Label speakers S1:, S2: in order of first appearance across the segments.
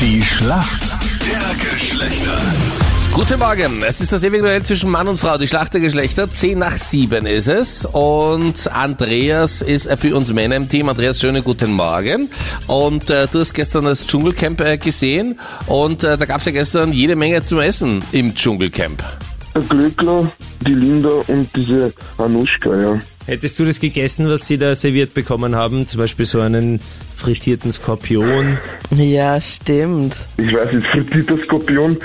S1: Die Schlacht der Geschlechter.
S2: Guten Morgen, es ist das ewige Duell zwischen Mann und Frau, die Schlacht der Geschlechter. 10 nach 7 ist es und Andreas ist äh, für uns Männer im Team. Andreas, schönen guten Morgen. Und äh, du hast gestern das Dschungelcamp äh, gesehen und äh, da gab es ja gestern jede Menge zum Essen im Dschungelcamp.
S3: Der Glöckler, die Linda und diese Anuschka, ja.
S4: Hättest du das gegessen, was sie da serviert bekommen haben? Zum Beispiel so einen frittierten Skorpion.
S5: Ja, stimmt.
S3: Ich weiß nicht, frittierter Skorpion,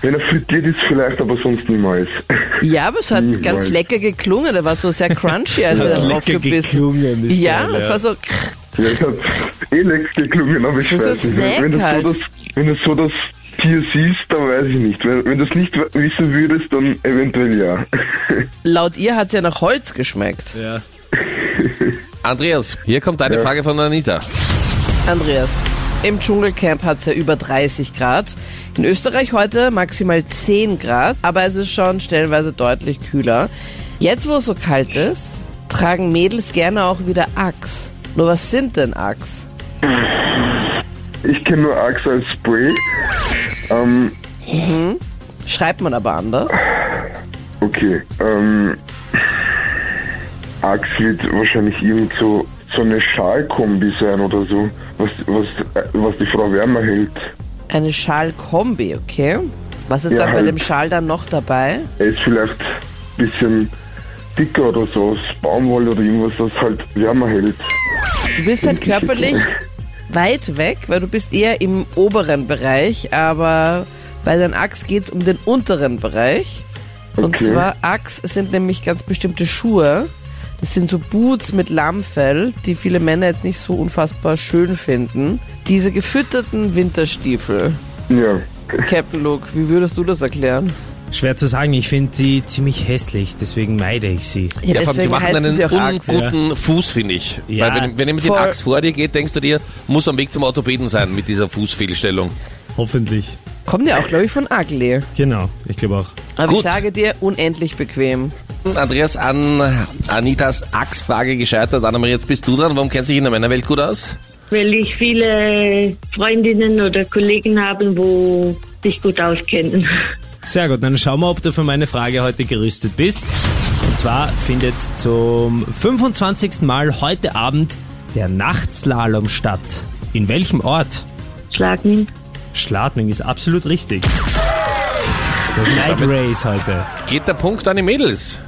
S3: wenn er frittiert ist vielleicht, aber sonst niemals.
S5: Ja, aber es hat
S3: Niemals.
S5: ganz lecker geklungen. Er war so sehr crunchy, als er aufgebissen
S4: geklungen. Ist
S5: Ja,
S4: geil,
S5: es war so.
S3: Ja, es hat eh lex geklungen, aber ich
S5: Das ist
S3: weiß
S5: ein
S3: nicht. Wenn- wenn,
S5: Snack
S3: du
S5: halt.
S3: so das, wenn du so das Tier siehst, dann weiß ich nicht. Wenn, wenn du es nicht w- wissen würdest, dann eventuell ja.
S5: Laut ihr hat es ja nach Holz geschmeckt.
S4: ja.
S2: Andreas, hier kommt deine Frage von Anita.
S5: Andreas, im Dschungelcamp hat es ja über 30 Grad. In Österreich heute maximal 10 Grad, aber es ist schon stellenweise deutlich kühler. Jetzt, wo es so kalt ist, tragen Mädels gerne auch wieder Axt. Nur was sind denn Axt?
S3: Ich kenne nur Axe als Spray. Ähm,
S5: Schreibt man aber anders.
S3: okay. Ähm, Axe wird wahrscheinlich irgend so, so eine Schalkombi sein oder so, was, was, äh, was die Frau wärmer hält.
S5: Eine Schal-Kombi, okay. Was ist
S3: Ja,
S5: dann bei
S3: halt.
S5: dem Schal dann noch dabei?
S3: er ist vielleicht ein bisschen dicker oder so aus Baumwolle oder irgendwas, das halt wärmer hält.
S5: Du bist halt körperlich weit weg, weil du bist eher im oberen Bereich, aber bei den Axt geht's um den unteren Bereich. Und
S3: Okay.
S5: zwar Axt sind nämlich ganz bestimmte Schuhe. Das sind so Boots mit Lammfell, die viele Männer jetzt nicht so unfassbar schön finden. Diese gefütterten Winterstiefel.
S3: Ja.
S5: Captain Luke, wie würdest du das erklären?
S4: Schwer zu sagen, ich finde die ziemlich hässlich, deswegen meide ich sie.
S2: vor allem,
S5: Ja,
S2: sie
S5: deswegen
S2: machen
S5: heißen
S2: einen
S5: sie auch Axt.
S2: unguten Fuß, finde ich.
S4: Ja.
S2: Weil wenn, wenn ihr mit den
S5: Voll.
S2: Axt vor dir geht, denkst du dir, muss am Weg zum Orthopäden sein mit dieser Fußfehlstellung.
S4: Hoffentlich.
S5: Kommen ja auch, glaube ich, von Ugly.
S4: Genau, ich glaube auch.
S5: Aber
S2: Gut.
S5: ich sage dir, unendlich bequem.
S2: Andreas, an Anitas Axtfrage gescheitert. Annemarie, jetzt bist du dran. Warum kennst du dich in der Männerwelt gut aus?
S6: weil ich viele Freundinnen oder Kollegen habe, wo sich gut auskennen.
S4: Sehr gut, dann schauen wir, ob du für meine Frage heute gerüstet bist. Und zwar findet zum 25. Mal heute Abend der Nachtslalom statt. In welchem Ort?
S6: Schlagen.
S4: Schladming ist absolut richtig. Das Night Race heute.
S2: Geht der Punkt an die Mädels?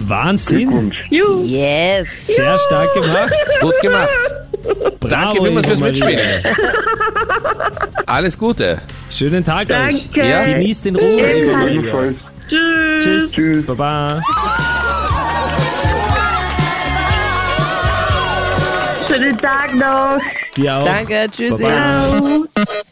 S4: Wahnsinn,
S3: Glückwunsch.
S6: Juhu.
S5: Yes.
S4: sehr stark gemacht.
S2: Gut gemacht.
S4: Bravo,
S2: Danke vielmals fürs
S4: Maria.
S2: Mitspielen. Alles Gute.
S4: Schönen Tag euch.
S6: Danke.
S2: Ja.
S4: Genießt den Ruhe, liebe Maria.
S3: Jedenfalls.
S6: Tschüss.
S4: Tschüss.
S3: Tschüss.
S4: Baba.
S6: Schönen Tag noch.
S4: Dir auch.
S5: Danke, tschüssi.
S4: Baba.
S2: Ah.
S6: Ciao.